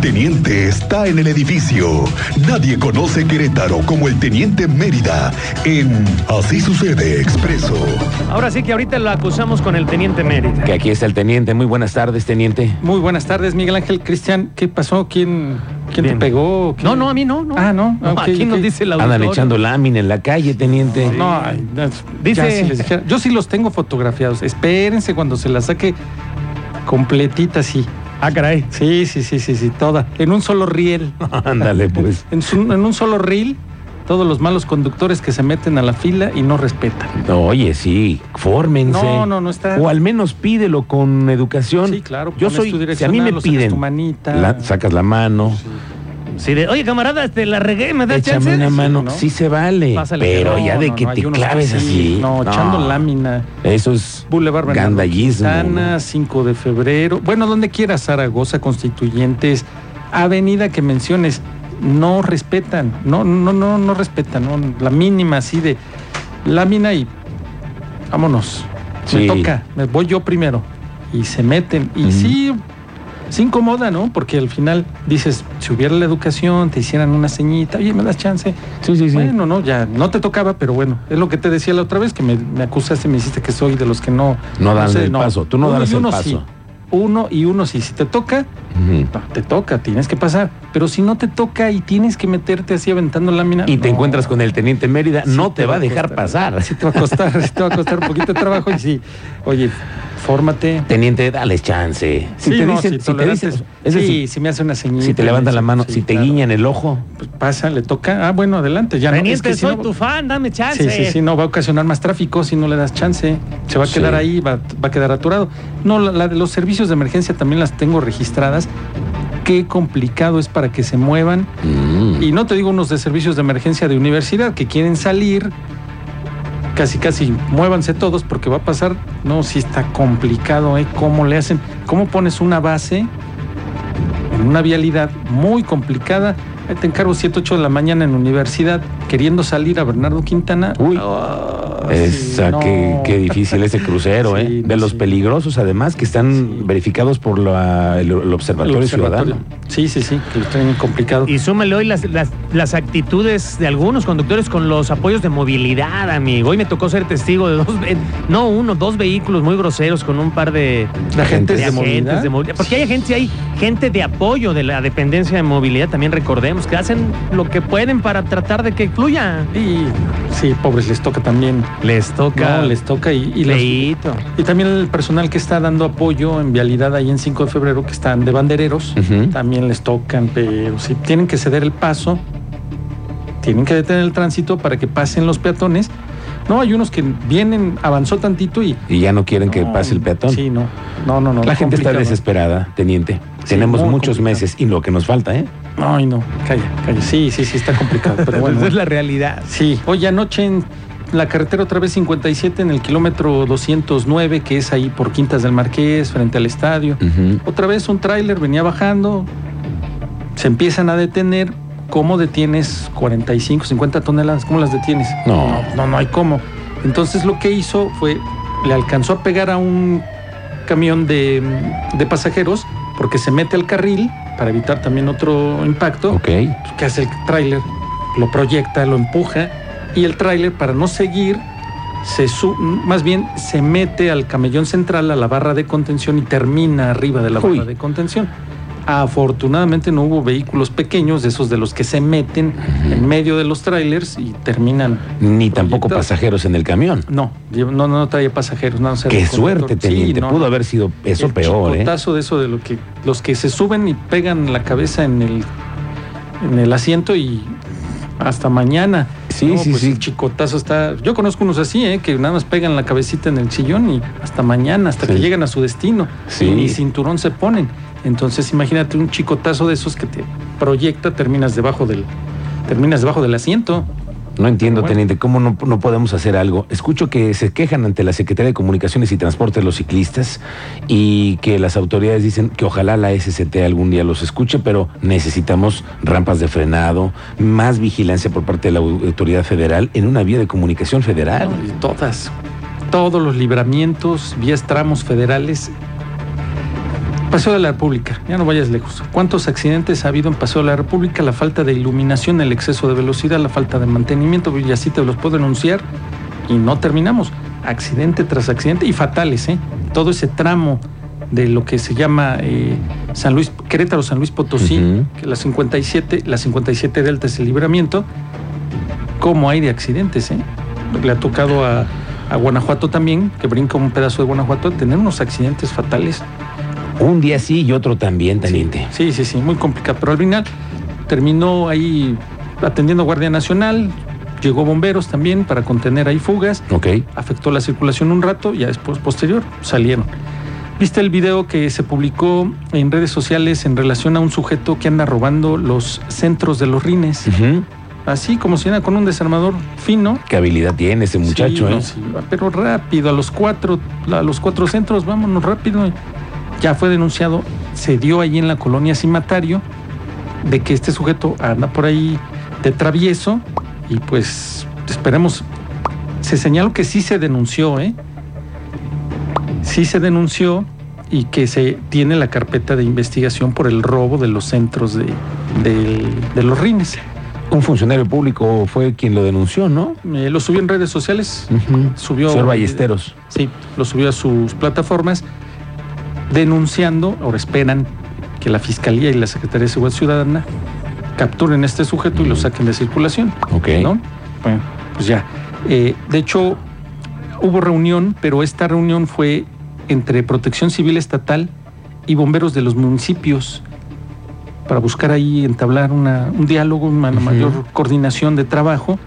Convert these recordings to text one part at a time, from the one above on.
teniente está en el edificio. Nadie conoce Querétaro como el teniente Mérida en Así sucede expreso. Ahora sí que ahorita lo acusamos con el teniente Mérida. Que aquí está el teniente. Muy buenas tardes, teniente. Muy buenas tardes, Miguel Ángel. Cristian, ¿qué pasó? ¿Quién, quién te Bien. pegó? No, no, a mí no. no. Ah, no. No, Ok, aquí ok. nos dice la Andan echando lámina en la calle, teniente. No, ay, no, Dice- ya si les dijera- yo sí los tengo fotografiados. Espérense cuando se las saque completita, sí. Ah, caray. Sí, sí, sí, sí, sí, toda. En un solo riel. Ándale, pues. En, su- en un solo reel, todos los malos conductores que se meten a la fila y no respetan. No, oye, sí, fórmense. No, no, no está. O al menos pídelo con educación. Sí, claro, Yo pones soy, tu si a mí me direccional, lo sacas piden, tu manita. la- sacas la mano, Sí, de, oye, camarada, te la regué, ¿me das échame chance? una mano, ¿no? sí se vale, Pásale, pero no, ya de no, que no, hay te unos que claves sí, así. No, echando lámina. Eso es Boulevard Bernardo gandallismo. Quintana, 5 de febrero. Bueno, donde quiera, Zaragoza, Constituyentes, avenida que menciones, no respetan, no, no, no, no respetan, no, la mínima así de lámina y vámonos. Sí. Me toca, me voy yo primero. Y se meten. Y Ujú. sí, se incomoda, ¿no? Porque al final dices, si hubiera la educación, te hicieran una ceñita, oye, me das chance. Sí, sí, sí. Bueno, no, ya no te tocaba, pero bueno, es lo que te decía la otra vez que me, me acusaste, me dijiste que soy de los que no. No dan el paso, tú no Uno darás y el uno paso. sí. Uno y uno sí. Si te toca, Ujú. no, te toca, tienes que pasar. Pero si no te toca y tienes que meterte así aventando lámina. Y te no. encuentras con el teniente Mérida, Sí no te, te va va a a dejar costar. pasar. Sí te va a costar, sí te va a costar un poquito de trabajo y sí. Oye, fórmate. Teniente, dale chance. Si Sí, te no, dicen, si te tolerantes. dicen, es decir, sí, si me hace una señal. si te levantan la mano, si te guiñan el ojo, pasa, le toca. Ah, bueno, adelante. Ya no, es Teniente, que si soy no- tu fan, dame chance. Sí, sí, sí, no, va a ocasionar más tráfico si no le das chance. Se va a Sí. quedar ahí, va, va a quedar aturado. No, la, la de los servicios de emergencia también las tengo registradas. Qué complicado es para que se muevan. mm, Y no te digo unos de servicios de emergencia de universidad que quieren salir. Casi, casi, muévanse todos porque va a pasar. No, sí está complicado, ¿eh? ¿Cómo le hacen? ¿Cómo pones una base en una vialidad muy complicada? Ahí te encargo 7, 8 de la mañana en universidad, queriendo salir a Bernardo Quintana. Uy. Ah, esa, sí, no. qué, qué difícil ese crucero, Sí, ¿eh? no, De los sí. peligrosos, además, que están Sí. verificados por la- el, el El Observatorio, observatorio. Ciudadano. Sí, sí, sí, que lo tienen complicado. Y súmale hoy las, las, las actitudes de algunos conductores con los apoyos de movilidad, amigo. Hoy me tocó ser testigo de dos, ve- no uno, dos vehículos muy groseros con un par de, La agentes gente es de de agentes movilidad. de movilidad. Porque hay gente, hay gente de apoyo de la dependencia de movilidad, también recordemos, que hacen lo que pueden para tratar de que fluya. Y sí, pobres, les toca también. Les toca. No, les toca y, y los- Feíto. Y también el personal que está dando apoyo en vialidad ahí en 5 de febrero, que están de bandereros, Ujú. también les tocan, pero si tienen que ceder el paso, tienen que detener el tránsito para que pasen los peatones. No, hay unos que vienen, avanzó tantito y... Y ya no quieren que No, pase el peatón. Sí, no, no, no. no, la gente está complicado. desesperada, teniente. Sí, Tenemos muy muchos complicado. meses y lo que nos falta, ¿eh? Ay, no, calla, calla. Sí, sí, sí, está complicado, pero bueno. la realidad. Sí, hoy anoche en la carretera otra vez 57 en el kilómetro 209, que es ahí por Quintas del Marqués, frente al estadio. Ujú. Otra vez un tráiler venía bajando, se empiezan a detener. ¿Cómo detienes 45, 50 toneladas? ¿Cómo las detienes? No. no, no hay cómo. Entonces lo que hizo fue, le alcanzó a pegar a un camión de, de pasajeros porque se mete al carril para evitar también otro impacto Ok. que hace el tráiler, lo proyecta, lo empuja y el tráiler para no seguir se su- más bien se mete al camellón central a la barra de contención y termina arriba de la Uy. barra de contención. Afortunadamente no hubo vehículos pequeños, de esos de los que se meten en medio de los trailers y terminan. Ni tampoco Proyectado. pasajeros en el camión. No, yo- no, no, no traía pasajeros. No, se Qué recogió. suerte, Sí, teniente. no. Pudo haber sido eso El peor, ¿eh? chicotazo de eso de lo que los que se suben y pegan la cabeza en el en el asiento y hasta mañana. pues Sí, sí, sí. el chicotazo está. Yo conozco unos así, ¿eh? que nada más pegan la cabecita en el sillón y hasta mañana, hasta que Sí. llegan a su destino. Sí. Y ni cinturón se ponen. Entonces, imagínate un chicotazo de esos que te proyecta, terminas debajo del terminas debajo del asiento. No entiendo, Bueno. teniente, ¿cómo no, no podemos hacer algo? Escucho que se quejan ante la Secretaría de Comunicaciones y Transportes los ciclistas y que las autoridades dicen que ojalá la SCT algún día los escuche, pero necesitamos rampas de frenado, más vigilancia por parte de la au- autoridad federal en una vía de comunicación federal. Y todas, todos los libramientos, vías tramos federales, Paseo de la República, ya no vayas lejos. ¿Cuántos accidentes ha habido en Paseo de la República? La falta de iluminación, el exceso de velocidad, la falta de mantenimiento, y así te los puedo enunciar y no terminamos. Accidente tras accidente y fatales, ¿eh? Todo ese tramo de lo que se llama eh, San Luis, Querétaro, San Luis Potosí, Ujú. que la 57, la 57 Delta es el libramiento, cómo hay de accidentes, ¿eh? Le ha tocado a, a Guanajuato también, que brinca un pedazo de Guanajuato, tener unos accidentes fatales. Un día sí y otro también, teniente. Sí, sí, sí, muy complicado. Pero al final terminó ahí atendiendo Guardia Nacional, llegó bomberos también para contener ahí fugas, Ok. afectó la circulación un rato y ya después posterior salieron. ¿Viste el video que se publicó en redes sociales en relación a un sujeto que anda robando los centros de los rines? Ujú. Así como si era con un desarmador fino. Qué habilidad tiene ese muchacho, Sí, ¿eh? no, sí, va, pero rápido, a los cuatro, a los cuatro centros, vámonos rápido. Ya fue denunciado, se dio allí en la colonia Cimatario, de que este sujeto anda por ahí de travieso, y pues esperemos. Se señaló que sí se denunció, ¿eh? Sí se denunció y que se tiene la carpeta de investigación por el robo de los centros de, del- de los rines. Un funcionario público fue quien lo denunció, ¿no? Eh, lo subió en redes sociales, Ujú. subió. Señor Ballesteros. Sí, lo subió a sus plataformas denunciando, ahora esperan que la Fiscalía y la Secretaría de Seguridad Ciudadana capturen a este sujeto y lo saquen de circulación. Ok. ¿no? Bueno, pues ya. Eh, de hecho, hubo reunión, pero esta reunión fue entre Protección Civil Estatal y bomberos de los municipios para buscar ahí entablar una- un diálogo, una Ujú. mayor coordinación de trabajo.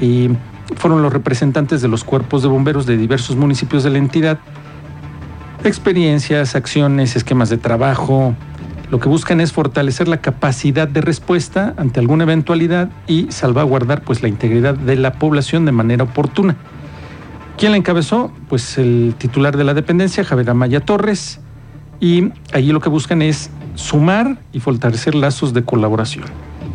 Y fueron los representantes de los cuerpos de bomberos de diversos municipios de la entidad. Experiencias, acciones, esquemas de trabajo. Lo que buscan es fortalecer la capacidad de respuesta ante alguna eventualidad y salvaguardar pues, la integridad de la población de manera oportuna. ¿Quién la encabezó? Pues el titular de la dependencia, Javier Amaya Torres, y allí lo que buscan es sumar y fortalecer lazos de colaboración.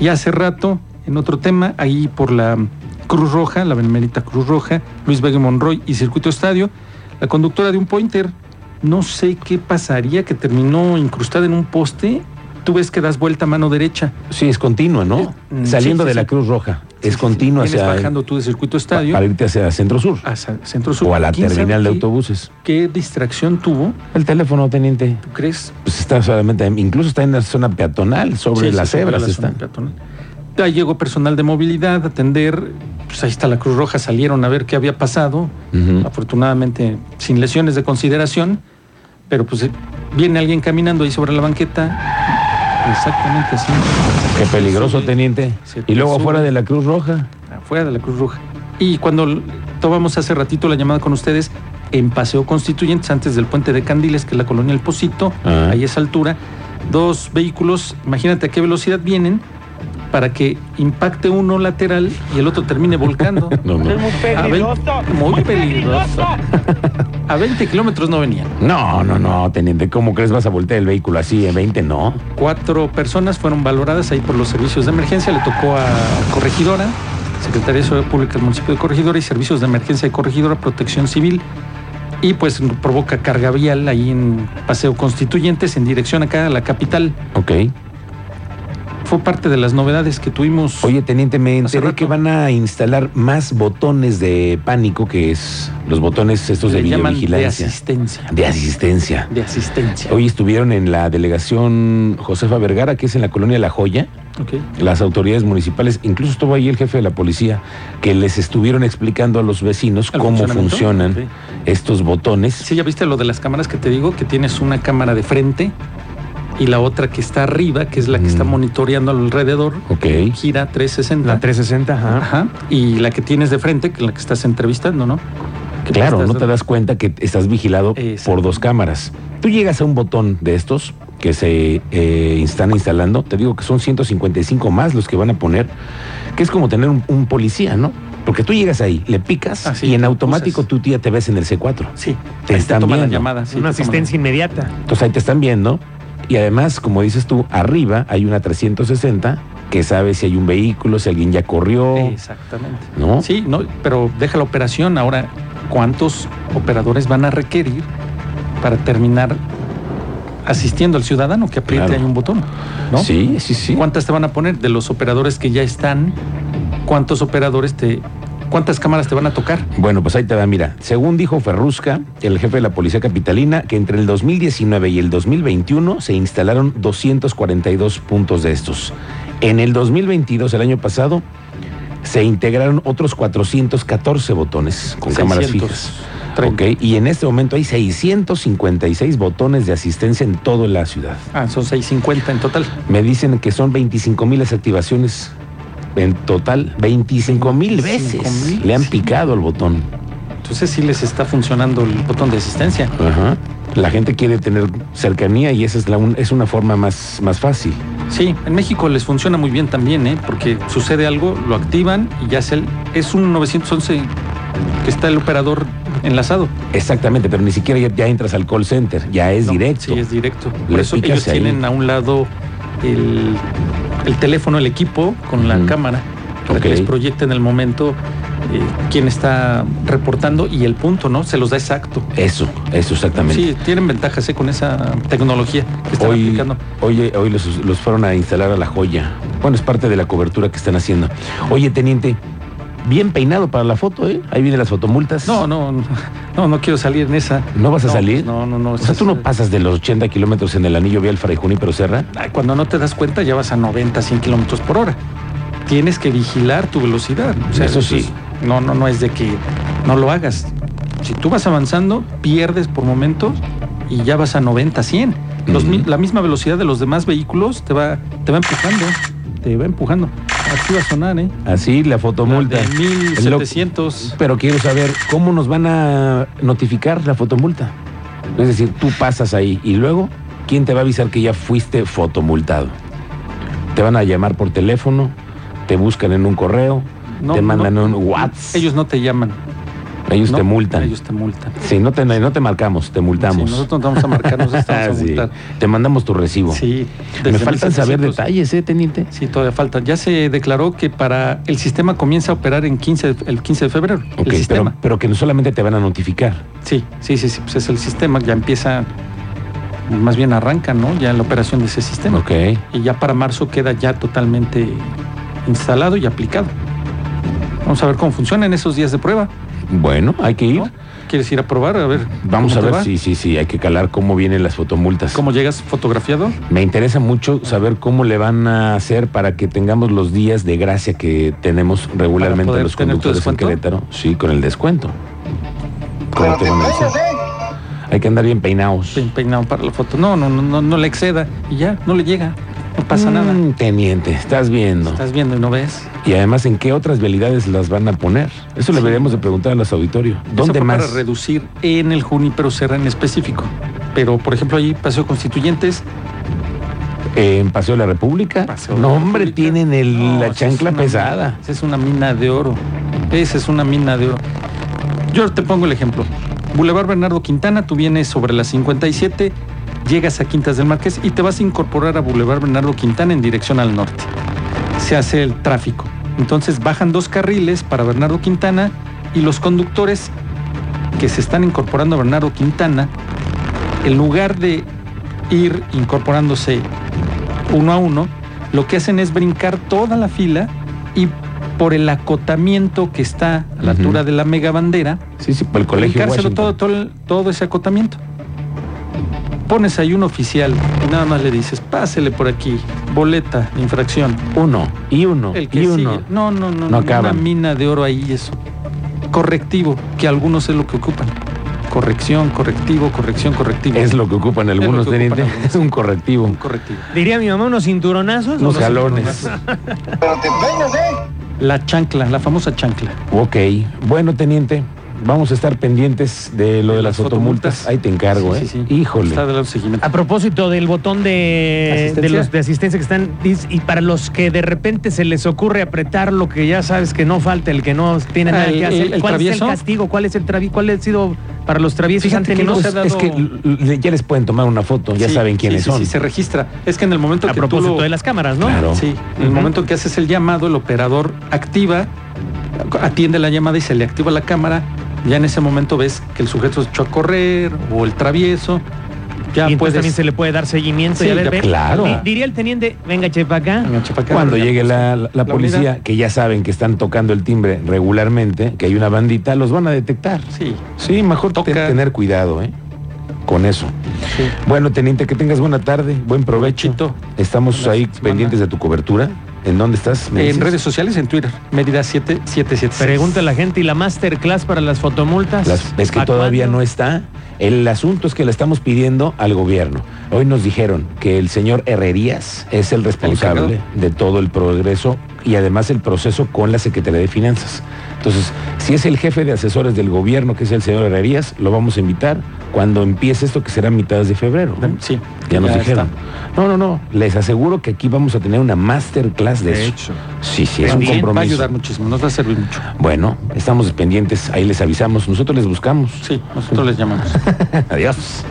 Y hace rato, en otro tema, ahí por la Cruz Roja, la Benemérita Cruz Roja, Luis Vega Monroy y Circuito Estadio, la conductora de un pointer, no sé qué pasaría, que terminó incrustada en un poste, tú ves que das vuelta a mano derecha. Sí, es continua, ¿no? Mm, Saliendo sí, sí, de la sí. Cruz Roja. Sí, sí, es sí. continua Vienes hacia, bajando tú de Circuito pa- Estadio para irte hacia Centro Sur. a Centro Sur. o a la ¿Quién sabe terminal de qué- autobuses. ¿Qué distracción tuvo? El teléfono, teniente. ¿Tú crees? Pues está solamente, incluso está en la zona peatonal, sobre Sí, las sí, sobre hebras la zona está. peatonal. Ahí llegó personal de movilidad a atender. Pues ahí está la Cruz Roja, salieron a ver qué había pasado. Ujú. Afortunadamente, sin lesiones de consideración. Pero pues eh, viene alguien caminando ahí sobre la banqueta. Exactamente así. Qué peligroso, Sí. teniente. Se te Y luego sube. afuera de la Cruz Roja. afuera de la Cruz Roja. Y cuando l- tomamos hace ratito la llamada con ustedes en Paseo Constituyentes, antes del puente de Candiles, que es la colonia El Pocito, Ah. ahí a esa altura, dos vehículos, imagínate a qué velocidad vienen para que impacte uno lateral y el otro termine volcando. No, no. A vein- muy peligroso. A 20 kilómetros no venían. No, no, no, teniente. ¿Cómo crees vas a voltear el vehículo así en 20? No. Cuatro personas fueron valoradas ahí por los servicios de emergencia. Le tocó a Corregidora, Secretaría de Seguridad Pública del municipio de Corregidora y Servicios de Emergencia de Corregidora, Protección Civil. Y pues provoca carga vial ahí en Paseo Constituyentes en dirección acá a la capital. Ok. Fue parte de las novedades que tuvimos. Oye, teniente, me Hace enteré rato. que van a instalar más botones de pánico, que es los botones estos de le llaman de videovigilancia. asistencia. De asistencia. De asistencia. Hoy estuvieron en la delegación Josefa Vergara, que es en la colonia La Joya. Ok. las autoridades municipales, incluso estuvo ahí el jefe de la policía, que les estuvieron explicando a los vecinos ¿Al cómo funcionamiento? funcionan Ok. estos botones. Sí, ya viste lo de las cámaras que te digo, que tienes una cámara de frente y la otra que está arriba, que es la que está Mm. monitoreando alrededor. Ok. Gira 360. La 360, ajá. Ajá. Y la que tienes de frente, que es la que estás entrevistando, ¿no? Que Claro, estás no te dando- das cuenta que estás vigilado Exacto. por dos cámaras. Tú llegas a un botón de estos que se eh, están instalando, te digo que son 155 más los que van a poner, que es como tener un, un policía, ¿no? Porque tú llegas ahí, le picas Así, y en Ah, lo automático pulsas. tu tía te ves en el C4. Sí, Te ahí están toma la viendo. llamada. Una sí, te toma la- asistencia inmediata. Entonces ahí te están viendo. Y además, como dices tú, arriba hay una 360 que sabe si hay un vehículo, si alguien ya corrió. Exactamente. ¿No? Sí, no, pero deja la operación. Ahora, ¿cuántos operadores van a requerir para terminar asistiendo al ciudadano que apriete Claro. ahí un botón. ¿no? Sí, sí, sí. ¿Cuántas te van a poner? De los operadores que ya están, ¿cuántos operadores te. ¿Cuántas cámaras te van a tocar? Bueno, pues ahí te va, mira. Según dijo Ferrusca, el jefe de la policía capitalina, que entre el 2019 y el 2021 se instalaron 242 puntos de estos. En el 2022, el año pasado, se integraron otros 414 botones con cámaras fijas. 630. Ok, y en este momento hay 656 botones de asistencia en toda la ciudad. Ah, son 650 en total. Me dicen que son 25 mil las activaciones. En total, 25 mil 25,000, veces le han sí. picado al botón. Entonces sí les está funcionando el botón de asistencia. Ajá. La gente quiere tener cercanía y esa es, la un- es una forma más, más fácil. Sí, en México les funciona muy bien también, ¿eh? porque sucede algo, lo activan y ya es el, es un 911 que está el operador enlazado. Exactamente, pero ni siquiera ya, ya entras al call center, ya es No, directo. Sí, es directo. Por Le eso picas ellos ahí. tienen a un lado el, el teléfono, el equipo con la Ujú. cámara para que Ok. les proyecte en el momento eh, quién está reportando y el punto, ¿no? Se los da exacto. Eso, eso exactamente. Sí, tienen ventajas ¿eh? con esa tecnología que están Hoy, aplicando. oye, hoy los, los fueron a instalar a la joya. Bueno, es parte de la cobertura que están haciendo. Oye, teniente, bien peinado para la foto, ¿eh? Ahí vienen las fotomultas. No, no, no, no quiero salir en esa. ¿No vas a salir? No, no, no. O sea, tú no pasas de los 80 kilómetros en el anillo vial Fray Junípero Serra. Ay, Cuando no te das cuenta ya vas a 90, 100 kilómetros por hora. Tienes que vigilar tu velocidad. Eso sí. es- no, no, no es de que no lo hagas. Si tú vas avanzando, pierdes por momentos y ya vas a 90, 100. Los mi- Ujú. La misma velocidad de los demás vehículos te va, te va empujando. Te va empujando. Así va a sonar, ¿eh? Así, la fotomulta. La de Es lo- 1700. Pero quiero saber cómo nos van a notificar la fotomulta. Es decir, tú pasas ahí y luego, ¿quién te va a avisar que ya fuiste fotomultado? Te van a llamar por teléfono, te buscan en un correo, No, te mandan no. un WhatsApp. Ellos no te llaman. Ellos ¿no? te multan. Ellos te multan. Sí, no te, no te marcamos, te multamos. Ah, Sí, nosotros no vamos a marcar, nosotros te vamos a Sí. multar. Te mandamos tu recibo. Sí, Me desde faltan saber 1700. detalles, ¿eh, teniente? Sí, todavía falta. Ya se declaró que para el sistema comienza a operar en 15 de- el 15 de febrero. Ok, el pero, sistema. pero que no solamente te van a notificar. Sí, sí, sí, sí, pues es el sistema. Ya empieza, más bien arranca, ¿no? Ya la operación de ese sistema. Ok. Y ya para marzo queda ya totalmente instalado y aplicado. Vamos a ver cómo funciona en esos días de prueba. Bueno, hay que ir. ¿no? ¿Quieres ir a probar? A ver. Vamos cómo a te ver va, si, sí, sí, hay que calar cómo vienen las fotomultas. ¿Cómo llegas fotografiado? Me interesa mucho saber cómo le van a hacer para que tengamos los días de gracia que tenemos regularmente poder los tener tu conductores en descuento. Querétaro. Sí, con el descuento. ¿Cómo te van a hacer? Hay que andar bien peinados. Pe- Peinado para la foto. No, no, no, no, no le exceda. Y ya, no le llega. No pasa nada. Mm, Teniente, estás viendo. Estás viendo y no ves. Y además, ¿en qué otras vialidades las van a poner? Eso le deberíamos de preguntar a los auditorios. Eso ¿Dónde fue más? Para reducir en el Junípero Serra en específico. Pero, por ejemplo, allí Paseo Constituyentes, Eh, ¿En Paseo de la República? Paseo de no, la hombre, República. tienen el- No, la esa chancla es una pesada. mina- Esa es una mina de oro. Esa es una mina de oro. Yo te pongo el ejemplo. Boulevard Bernardo Quintana, tú vienes sobre las 57, llegas a Quintas del Marqués y te vas a incorporar a Boulevard Bernardo Quintana en dirección al norte. Se hace el tráfico. Entonces bajan dos carriles para Bernardo Quintana y los conductores que se están incorporando a Bernardo Quintana, en lugar de ir incorporándose uno a uno, lo que hacen es brincar toda la fila y por el acotamiento que está a la Ujú. altura de la mega bandera, Sí, sí, por el colegio. brincárselo Washington. todo, todo, el- todo ese acotamiento. Pones ahí un oficial y nada más le dices, pásele por aquí, boleta, infracción. Uno, y uno, El que y sigue. uno. No, no, no, No una acaban. mina de oro ahí eso. Correctivo, que algunos es lo que ocupan. Corrección, correctivo, corrección, correctivo. Es lo que ocupan lo algunos, que ocupan teniente. algunos. Es un correctivo. correctivo. Diría mi mamá unos cinturonazos. Unos Unos- jalones. La chancla, la famosa chancla. Ok. Bueno, teniente, vamos a estar pendientes de lo de, las fotomultas. Ahí te encargo, Sí, ¿eh? sí, sí. Híjole. Ah, Está de la seguimiento. A propósito del botón de, Asistencia. de los de asistencia que están dis- y para los que de repente se les ocurre apretar lo que ya sabes que no falta, el que no tiene Ah, nada el- que hacer, el- el ¿cuál es travieso. el castigo? ¿Cuál es el travi- ¿Cuál ha sido para los traviesos han Fíjate que tenido? no se Pues, ha dado- Es que l- l- ya les pueden tomar una foto, ya Sí, saben quiénes sí, sí, son. Sí, se registra. Es que en el momento a que tú propósito lo- de las cámaras, ¿no? Claro. Sí, en el Ujú. momento que haces el llamado, el operador activa, atiende la llamada y se le activa la cámara. Ya en ese momento ves que el sujeto se echó a correr o el travieso Ya y entonces puedes- también se le puede dar seguimiento. y Sí, a ver, ya- ve- claro. di- Diría el teniente, venga, che, pa' acá. Venga, Chapacá, Cuando ya, llegue pues, la, la- la policía, unidad. que ya saben que están tocando el timbre regularmente, que hay una bandita, los van a detectar. Sí, Sí, mejor te- Toca. tener cuidado, ¿eh? Con eso. sí. Bueno, teniente, que tengas buena tarde, buen provecho. Provechito. Estamos Buena ahí semana. pendientes de tu cobertura. ¿En dónde estás? me En dices? redes sociales, en Twitter, Mérida 7776. Pregunta a la gente, ¿y la masterclass para las fotomultas? Las- es que ¿A todavía cuándo? no está. El asunto es que le estamos pidiendo al gobierno. Hoy nos dijeron que el señor Herrerías es el responsable encargado. de todo el progreso y además el proceso con la Secretaría de Finanzas. Entonces, si es el jefe de asesores del gobierno, que es el señor Herrerías, lo vamos a invitar cuando empiece esto, que será mitades de febrero. ¿no? Sí. Ya nos está. dijeron. No, no, no. Les aseguro que aquí vamos a tener una masterclass de, De eso. hecho. Sí, sí, es un Pendiente. compromiso. Va a ayudar muchísimo, nos va a servir mucho. Bueno, estamos pendientes. Ahí les avisamos. Nosotros les buscamos. Sí, nosotros les llamamos. Adiós.